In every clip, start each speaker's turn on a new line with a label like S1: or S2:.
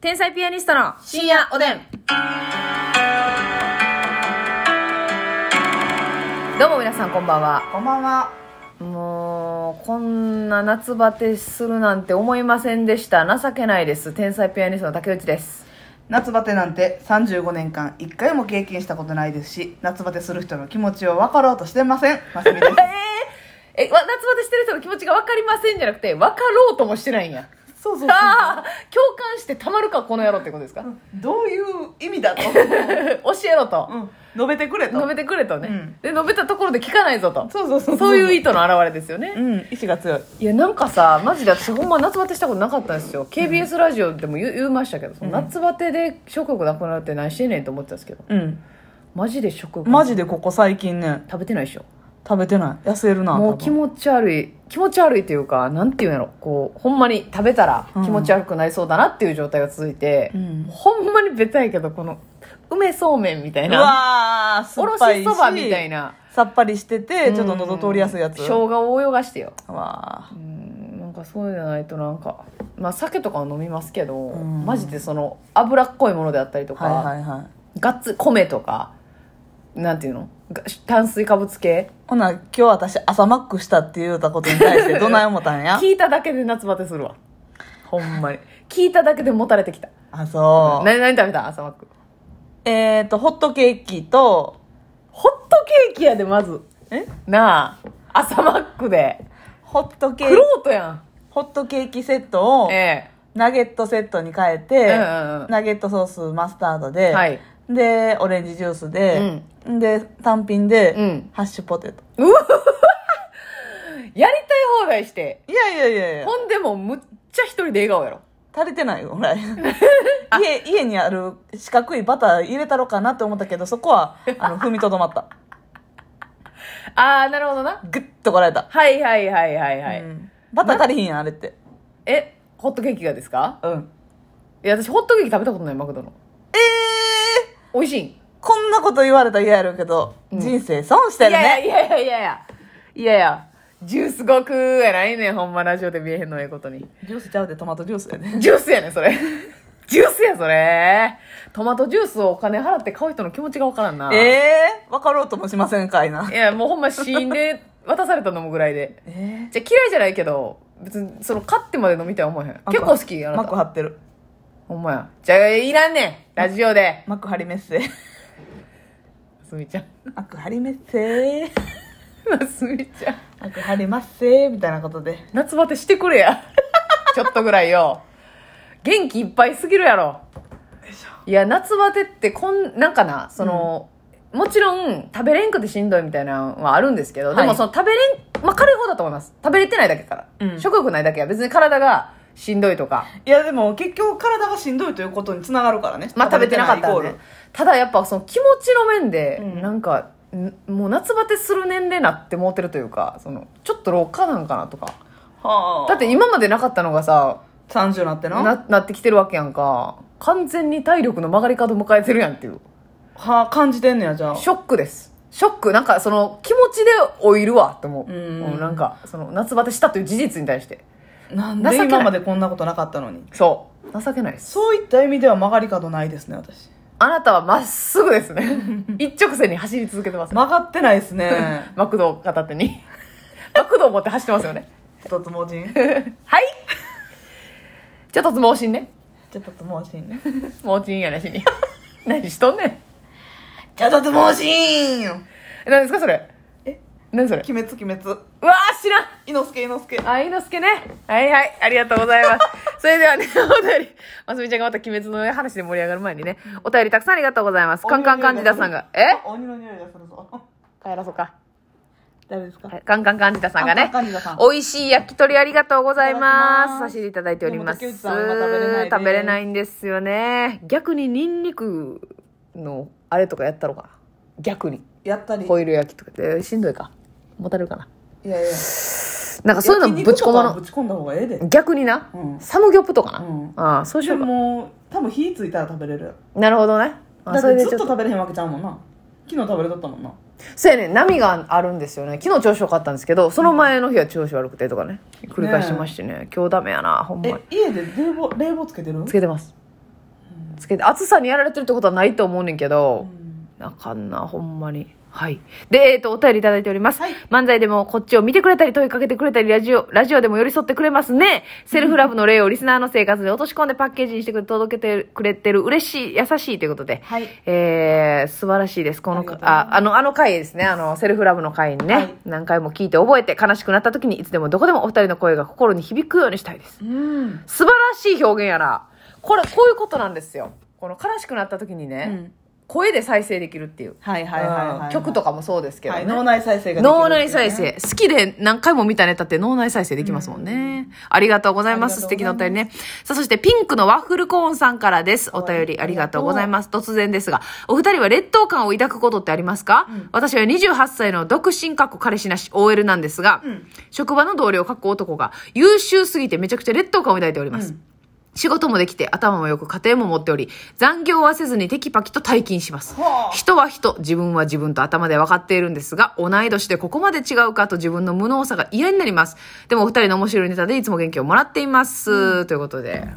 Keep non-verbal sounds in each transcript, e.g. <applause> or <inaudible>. S1: 天才ピアニストの深夜おでん。どうも皆さんこんばんは。
S2: こんばんは。
S1: もう、こんな夏バテするなんて思いませんでした。情けないです。天才ピアニストの竹内です。
S2: 夏バテなんて35年間一回も経験したことないですし、夏バテする人の気持ちを分かろうとしてません。ますみです
S1: <laughs> えー、え、わ夏バテしてる人の気持ちが分かりませんじゃなくて、分かろうともしてないんや。
S2: そうそうそう
S1: ああ、共感してたまるか、この野郎ってことですか教
S2: <laughs> どういう意味だと。
S1: えろと。
S2: うん。述べてくれと。
S1: 述べてくれとね、
S2: うん
S1: で述べたところで聞かないぞと
S2: そうそうそう。
S1: そういう意図の表れですよね、
S2: うん、意志が強い。
S1: いやなんかさマジで私ほんま夏バテしたことなかったんですよ KBS ラジオでも言う言いましたけど、その夏バテで食欲なくなって何してんねんと思ってたんですけど
S2: うん。
S1: マジで食欲
S2: マジでここ最近ね、
S1: 食べてないでしょ
S2: 食べてない。痩せるな。
S1: もう気持ち悪い気持ち悪いっていうかなんていうんやろこうほんまに食べたら
S2: うん
S1: 気持ち悪くなりそうだなっていう状態が続いて、
S2: うん
S1: ほんまにベタいけどこの梅そうめんみたい
S2: 多分う
S1: な
S2: わー、
S1: お
S2: 酸
S1: ろ
S2: っぱい
S1: し
S2: し。
S1: そばみたい。な
S2: さっぱりしてて、ちょっと喉通りやすいやつ。
S1: 生姜を泳がしてよ
S2: うわ
S1: うんなんかそうじゃないとなんか、まあ、酒とかは飲みますけど、
S2: うん
S1: マジでその脂っこいものであったりと
S2: ー。
S1: か、
S2: はいはいはい。
S1: ガッツ米とかなんていうのが炭水化物系
S2: ほな、今日私朝マックしたって言うたことに対してどない思ったん
S1: <laughs>
S2: や
S1: 聞いただけで夏バテするわほん <laughs> まに聞いただけでもたれてきた
S2: あ、そう。
S1: 何何食べた朝マック
S2: えっ、と、ホットケーキと、
S1: ホットケーキやでまず
S2: え
S1: なあ朝マックで
S2: ホットケー
S1: ク
S2: キ
S1: ロ、ートやん
S2: ホットケーキセットを
S1: え
S2: ナゲットセットに変え
S1: え
S2: て、
S1: うんうんうん
S2: ナゲットソースマスタードで、
S1: はい
S2: で、オレンジジュースで、で、単品で、
S1: うん
S2: ハッシュポテト。
S1: やりたい放題して
S2: いやいやいやいや、
S1: ほんでもうむっちゃ一人で笑顔やろ
S2: 足りてないよ、
S1: <laughs>
S2: 俺。家、家にある四角いバター入れたろかなって思ったけど、そこは、あ
S1: <laughs>
S2: の、踏みとどまった。
S1: ああなるほどな
S2: ぐっとこらえた。
S1: はいはいはいはいはい。
S2: うんバター足りひんやん、あれって。
S1: え、ホットケーキがですか
S2: うん。
S1: いや、私ホットケーキ食べたことない、マクドの。
S2: ええー
S1: 美味しいん
S2: こんなこと言われたら嫌やろうけど、
S1: うん
S2: 人生損してる
S1: い
S2: ね。
S1: やいやいやいやいや。いやいや。ジュースごくやないねん、ほんまラジオで見えへんのええことに。
S2: ジュースちゃうでトマトジュースやね。 <laughs>
S1: ジュースやねん、それ。 <laughs> ジュースや、それ。トマトジュースをお金払って買う人の気持ちがわからんな。
S2: ええー、わかろうともしませんかいな。
S1: いや、もうほんま死んで渡された飲むぐらいで。
S2: え
S1: じゃ、嫌いじゃないけど、別に、その、買ってまで飲みたい思わへん。
S2: マク
S1: 結構好き、あ
S2: ー、
S1: な
S2: マック
S1: た。
S2: 貼ってる。
S1: ほんまや。じゃあ、いらんねん、ラジオで。
S2: マック貼りメッセ。 <laughs>
S1: すみちゃん。
S2: マック貼りメッセ。
S1: すみちゃん。
S2: マック貼りまっせ。みたいなことで。
S1: 夏バテしてくれや <laughs> ちょっとぐらいよ元気いっぱいすぎるやろいや夏バテってこんなんかなその、もちろん食べれんくてしんどいみたいなのはあるんですけど、で
S2: は
S1: も
S2: い
S1: その食べれん、まあ、軽い方だと思います食べれてないだけから、
S2: うん
S1: 食欲ないだけや別に体がしんどいとか
S2: いや、でも結局体がしんどいということにつながるからね。
S1: まあ食べてなかったんで、ただやっぱその気持ちの面で、
S2: うん
S1: なんかんもう夏バテする年齢なってもうてるというかそのちょっと老化なんかなとか
S2: はあ。
S1: だって今までなかったのがさ
S2: 30なってな。
S1: ななってきてるわけやんか完全に体力の曲がり角迎えてるやんっていう
S2: はあ、感じてんねや、じゃあ。
S1: ショックですショックなんかその気持ちで老いるわって思う
S2: うん
S1: うなんかその夏バテしたという事実に対して
S2: なん
S1: 情
S2: で
S1: けない
S2: 今までこんなことなかったのに。
S1: そう情けないです
S2: そういった意味では曲がり角ないですね、私。
S1: あなたはまっすぐです
S2: <laughs>
S1: ね一直線に走り続けてます、。
S2: 曲がってないですね
S1: <laughs> マクドを片手にマクドを持って走ってますよね
S2: 一つ盲人。
S1: はいちょっとつ盲信ね
S2: ちょっと盲信ね。
S1: 盲信やなしに <laughs> 何しとんねん
S2: ちょっと盲信
S1: え何ですかそれ
S2: え
S1: 何それ
S2: 鬼滅鬼滅。
S1: うわー知らん
S2: 伊之助伊之助。
S1: あ、いのすけね。はいはい。ありがとうござい
S2: <laughs>
S1: ます。それではね、お便り、ますみちゃんがまた鬼滅の話で盛り上がる前にね、お便りたくさんありがとうございます。カンカンカンジダさんが、え
S2: 鬼の匂いがするぞ。
S1: 帰らそうか。
S2: 誰ですか
S1: はいカンカンカンジダさんがね
S2: カンカンカンジダさん、
S1: 美味しい焼き鳥ありがとうございます。差
S2: いただきます
S1: し入れいただいております。
S2: でも竹内さんは食べれないです
S1: 食べれないんですよね。逆にニンニクの、あれとかやったのかな。逆に。
S2: やったり。
S1: ホイル焼きとかで、しんどいか。もたれるかな。
S2: いやいや。
S1: なんかそういうのぶち込ま
S2: ま
S1: の。
S2: ぶち込んだ方がええで。
S1: 逆にな、
S2: うん
S1: サムギョプとかな、
S2: うん
S1: ああそうし
S2: で
S1: ようか
S2: も、多分火ついたら食べれる。
S1: なるほどね。あ
S2: だ
S1: そ
S2: っ
S1: れ
S2: て
S1: で
S2: ずっ
S1: ちょ
S2: と
S1: っと。
S2: 食べれへんわけちゃうもんな。昨日食べれとったもんな。
S1: そうやねん、波があるんですよね。昨日調子良かったんですけど、その前の日は調子悪くてとかね。繰り返してましてね。今日ダメやな、ほんまに。
S2: え、家で冷房、冷房つけてる
S1: つけてます。つけて暑さにやられてるってことはないと思うねんけ
S2: う
S1: ど、
S2: ん
S1: あかんなほんまにはいでえっ、とお便りいただいております、
S2: はい
S1: 漫才でもこっちを見てくれたり問いかけてくれたりラジオラジオでも寄り添ってくれますねセルフラブの例をリスナーの生活で落とし込んでパッケージにしてくれ届けてくれてる嬉しい優しいということで
S2: はい
S1: えー、素晴らしいです。このか、
S2: あ
S1: あ、あの、あの回ですね。あの、セルフラブの回にね、
S2: はい
S1: 何回も聞いて覚えて、悲しくなった時にいつでもどこでもお二人の声が心に響くようにしたいです。
S2: うん
S1: 素晴らしい表現やな。これ、こういうことなんですよ。この悲しくなった時に
S2: う
S1: ね、
S2: ん
S1: 声で再生できるっていう。
S2: はいはいはいはい、
S1: うん曲とかもそうですけど
S2: は
S1: ね。
S2: い、脳内再生ができるっていうね
S1: 脳内再生。好きで何回も見たネタって脳内再生できますもんね。ありがとうございます。素
S2: あ
S1: 敵
S2: り
S1: な
S2: が
S1: お
S2: とうござ
S1: 便り
S2: いま
S1: ね。さあ、そしてピンクのワッフルコーンさんからです。お
S2: はい
S1: 便りありがとうございます。突然ですが、お二人は劣等感を抱くことってありますか、私は28歳の独身かっこ彼氏なし OL なんですが、
S2: うん
S1: 職場の同僚かっこ男が優秀すぎてめちゃくちゃ劣等感を抱いております。
S2: うん
S1: 仕事もできて頭もよく家庭も持っており残業はせずにテキパキと退勤します
S2: はあ
S1: 人は人自分は自分と頭で分かっているんですが同い年でここまで違うかと自分の無能さが嫌になりますでもお二人の面白いネタでいつも元気をもらっています、ということで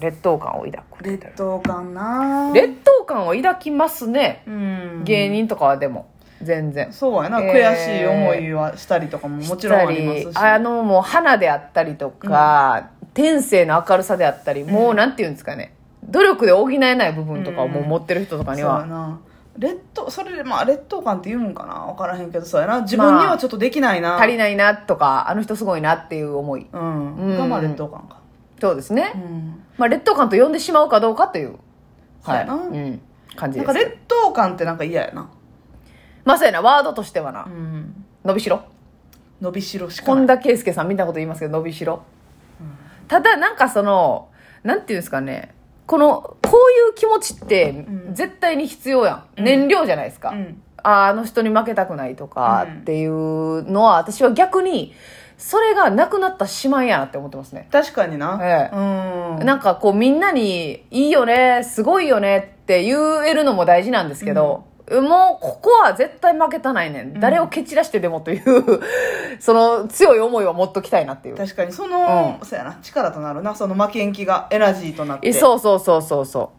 S1: 劣等感を抱く
S2: 劣等感な
S1: 劣等感を抱きますね、
S2: うん
S1: 芸人とかはでも全然
S2: そうやな、
S1: えー
S2: 悔しい思いはしたりとかももちろんありますし
S1: あのもう花であったりとか、天性の明るさであったりもうなんていうんですかね努力で補えない部分とかをもう持ってる人とかに
S2: そうや
S1: は、
S2: な劣等それでまあ劣等感って言うんかな分からへんけどそうやな自分にはちょっとできないな、
S1: 足りないなとかあの人すごいなっていう思い
S2: うん、
S1: うん
S2: がまあ劣等感か、
S1: そうですね、
S2: うん、
S1: まあ、劣等感と呼んでしまうかどうかという、
S2: そうやな
S1: うん、感じ
S2: な
S1: で
S2: んか
S1: すけど。
S2: 劣等感ってなんか嫌やな、
S1: まさやな、ワードとしてはな、
S2: うん、
S1: 伸びしろ。
S2: 伸びしろしかない
S1: 本田圭佑さんみたいなこと言いますけど、伸びしろ。ただ、なんかその、なんていうんですかね、この、こういう気持ちって
S2: う、ん
S1: 絶対に必要やん。
S2: うん
S1: 燃料じゃないですか。
S2: うん
S1: ああの人に負けたくないとか
S2: うん
S1: っていうのは、私は逆に、それがなくなったしまいやなって思ってますね。
S2: 確かにな、
S1: ええ
S2: うん
S1: なんかこうみんなに「いいよねすごいよね」って言えるのも大事なんですけど、もうここは絶対負けたないねん、
S2: うん
S1: 誰を蹴散らしてでもという <laughs> その強い思いを持っときたいなっていう
S2: 確かにその、
S1: う
S2: そうやな力となるなその負けん気がエナジーとなって
S1: えそうそうそうそうそ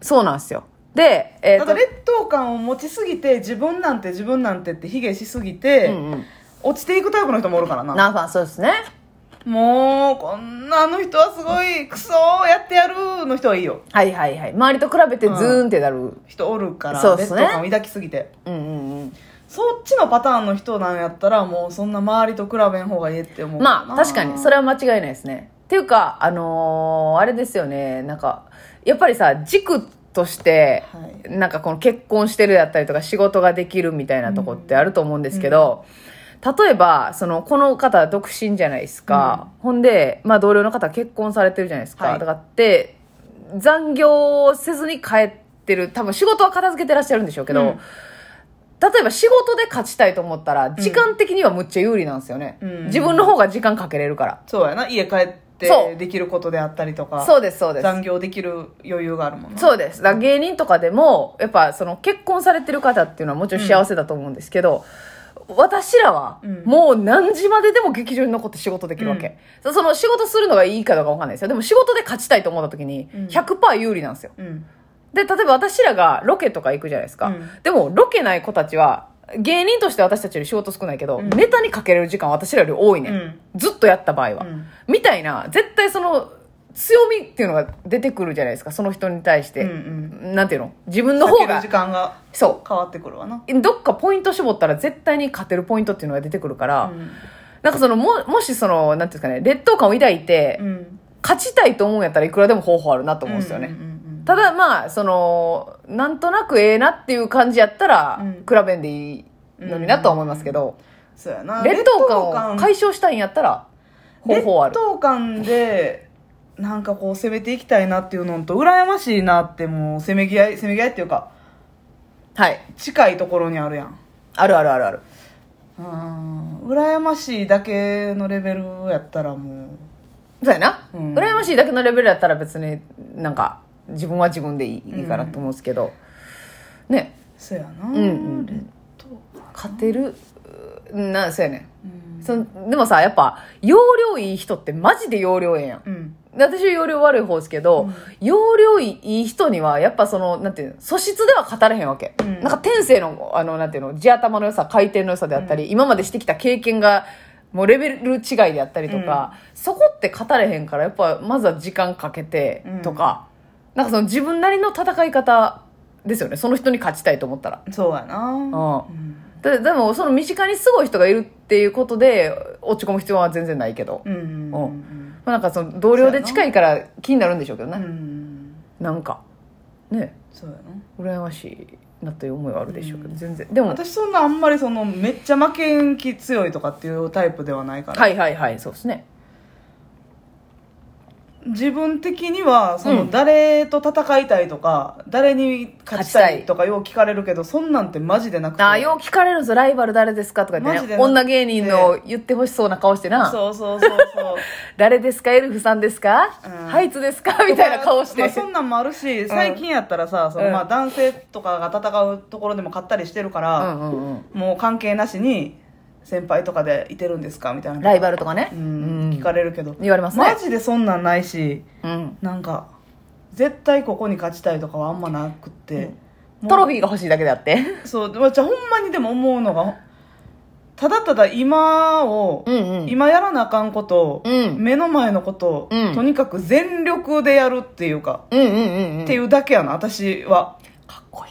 S1: うそうなんですよでえー
S2: ただ劣等感を持ちすぎて自分なんて自分なんてって卑下しすぎて、
S1: うんうん
S2: 落ちていくタイプの人もおるからな
S1: なんかそうですね
S2: もうこんなあの人はすごいクソやってやるの人はいいよ
S1: はいはいはい周りと比べてズーンってなる、うん、
S2: 人おるから
S1: そうっ
S2: 劣
S1: す
S2: 等
S1: ね
S2: 感を抱きすぎて
S1: うんうん
S2: そっちのパターンの人なんやったらもうそんな周りと比べん方がいいって思う
S1: まあ確かにそれ
S2: は
S1: は間違いないですねっていうかあのーあれですよねなんかやっぱりさ軸として、
S2: はい
S1: なんかこの結婚してるだったりとか仕事ができるみたいなとこってあると思うんですけど、例えばそのこの方は独身じゃないですか、ほんで、まあ、同僚の方は結婚されてるじゃないですか、
S2: はい
S1: だからって残業せずに帰ってる多分仕事は片付けてらっしゃるんでしょうけど、
S2: うん
S1: 例えば仕事で勝ちたいと思ったら時間的にはむっちゃ有利なんですよね、
S2: うん
S1: 自分の方が時間かけれるから、
S2: そうやな家帰っ
S1: そう
S2: てできることであったりとか
S1: そうですそうです
S2: 残業できる余裕があるもんな
S1: そうです。だから芸人とかでも、やっぱその結婚されてる方っていうのはもちろん幸せだと思うんですけど、私らは
S2: うん
S1: もう何時まででも劇場に残って仕事できるわけ、そその仕事するのがいいかどうかわかんないですよでも仕事で勝ちたいと思った時に
S2: うん
S1: 100%有利なんですよ
S2: うん
S1: で例えば私らがロケとか行くじゃないですか、
S2: うん
S1: でもロケない子たちは芸人として私たちより仕事少ないけど、
S2: うん
S1: ネタにかけれる時間は私らより多いね、
S2: うん
S1: ずっとやった場合は、
S2: うん
S1: みたいな絶対その強みっていうのが出てくるじゃないですかその人に対して、
S2: うんうん
S1: なんていうの自分の
S2: 避
S1: 方
S2: ける
S1: が
S2: 時間が
S1: そ
S2: 変わってくるわな
S1: うどっかポイント絞ったら絶対に勝てるポイントっていうのが出てくるから、
S2: うん
S1: なんかそのももしそのなんていうんですかね劣等感を抱いて、
S2: うん
S1: 勝ちたいと思うんやったらいくらでも方法あるなと思うんですよね、
S2: うんうんうんうん
S1: ただまあそのなんとなくええなっていう感じやったら、
S2: うん
S1: 比べんでいいのになとは思いますけど、
S2: そうやな
S1: 劣等感を
S2: 劣
S1: 解消したいんやったら方法ある
S2: 劣等感でなんかこう攻めていきたいなっていうのと羨ましいなってもう攻めぎ合い攻めぎ合いっていうか
S1: はい
S2: 近いところにあるやん
S1: あるあるあるある
S2: うん羨ましいだけのレベルやったらも
S1: そうやな、
S2: うん
S1: 羨ましいだけのレベルやったら別になんか自分は自分でいい,、かなと思うんですけどね
S2: うそうやな、
S1: んうん
S2: 劣等感
S1: 勝てるうんなそうやね
S2: うん
S1: そのでもさやっぱ容量いい人ってマジで容量ええやん
S2: うん
S1: 私は容量悪い方ですけど、容量いい人には、やっぱその、なんていうの、素質では語れへんわけ。
S2: うん
S1: なんか天性の、あの、なんていうの、地頭の良さ、回転の良さであったり、今までしてきた経験が、もうレベル違いであったりとか、そこって語れへんから、やっぱまずは時間かけて
S2: うん
S1: とか、なんかその自分なりの戦い方ですよね。その人に勝ちたいと思ったら。
S2: そうやな
S1: うん
S2: うん
S1: ででもその身近にすごい人がいるっていうことで落ち込む必要は全然ないけど、
S2: うんうん
S1: おまあ、なんかその同僚で近いから気になるんでしょうけどね、
S2: うん
S1: なんかね
S2: そうやな
S1: 羨ましいなという思いはあるでしょうけど、全然でも
S2: 私そんなあんまりそのめっちゃ負けん気強いとかっていうタイプではないから、
S1: はいはいはいそうですね
S2: 自分的にはそうの
S1: ん
S2: 誰と戦いたいとか、誰に勝ちた
S1: 勝ちたい
S2: いとかよう聞かれるけどそんなんてマジでなくて
S1: ああよう聞かれるんですよライバル誰ですかとか言
S2: マ
S1: って
S2: ジ
S1: ね
S2: でな
S1: 女芸人の言ってほしそうな顔してな
S2: そうそうそうそう
S1: 誰ですかエルフさんですか、
S2: うん
S1: ハイツですか <laughs> みたいな顔して、
S2: まあそんなんもあるし最近やったらさ、そのまあ男性とかが戦うところでも勝ったりしてるから、
S1: うんうんうん
S2: もう関係なしに先輩とかでいてるんですかみたいな、
S1: ライバルとかね、
S2: う、
S1: うんん
S2: 聞かれるけど、
S1: 言われますね
S2: マジでそんなんないし
S1: うん、
S2: なんか絶対ここに勝ちたいとかはあんまなくって、
S1: トロフ
S2: ィ
S1: ィーが欲しいだけであって
S2: ーそうまあじゃあほんまにでも思うのがただただ今を、
S1: うんうん
S2: 今やらなあかんことを、
S1: うん
S2: 目の前のことを、
S1: うん
S2: とにかく全力でやるっていうか、
S1: うんうんうんうん
S2: っていうだけやな私は
S1: かっこいい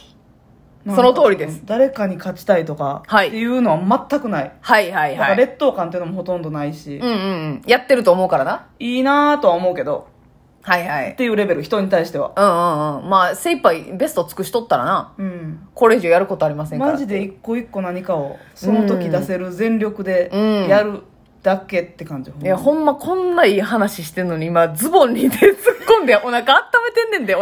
S2: なん
S1: そ
S2: か
S1: の通りです
S2: 誰かに勝ちたいとか、
S1: はい
S2: っていうのは全くない
S1: はいはい
S2: だか
S1: は
S2: ら
S1: い
S2: 劣等感っていうのもほとんどないし、
S1: うんうんうんやってると思うからない
S2: いなぁとは思うけど
S1: はいは
S2: っ
S1: い
S2: ていうレベル人に対しては
S1: うんうんうんまあ精一杯ベスト尽くしとったらな
S2: うん
S1: これ以上やることありませんから
S2: マジで一個一個何かをその時出せる全力で
S1: うん
S2: やるだけって感じ、ほんま
S1: いやほんまこんないい話してんのに今ズボンに手突っ込んでお腹温めてんねんで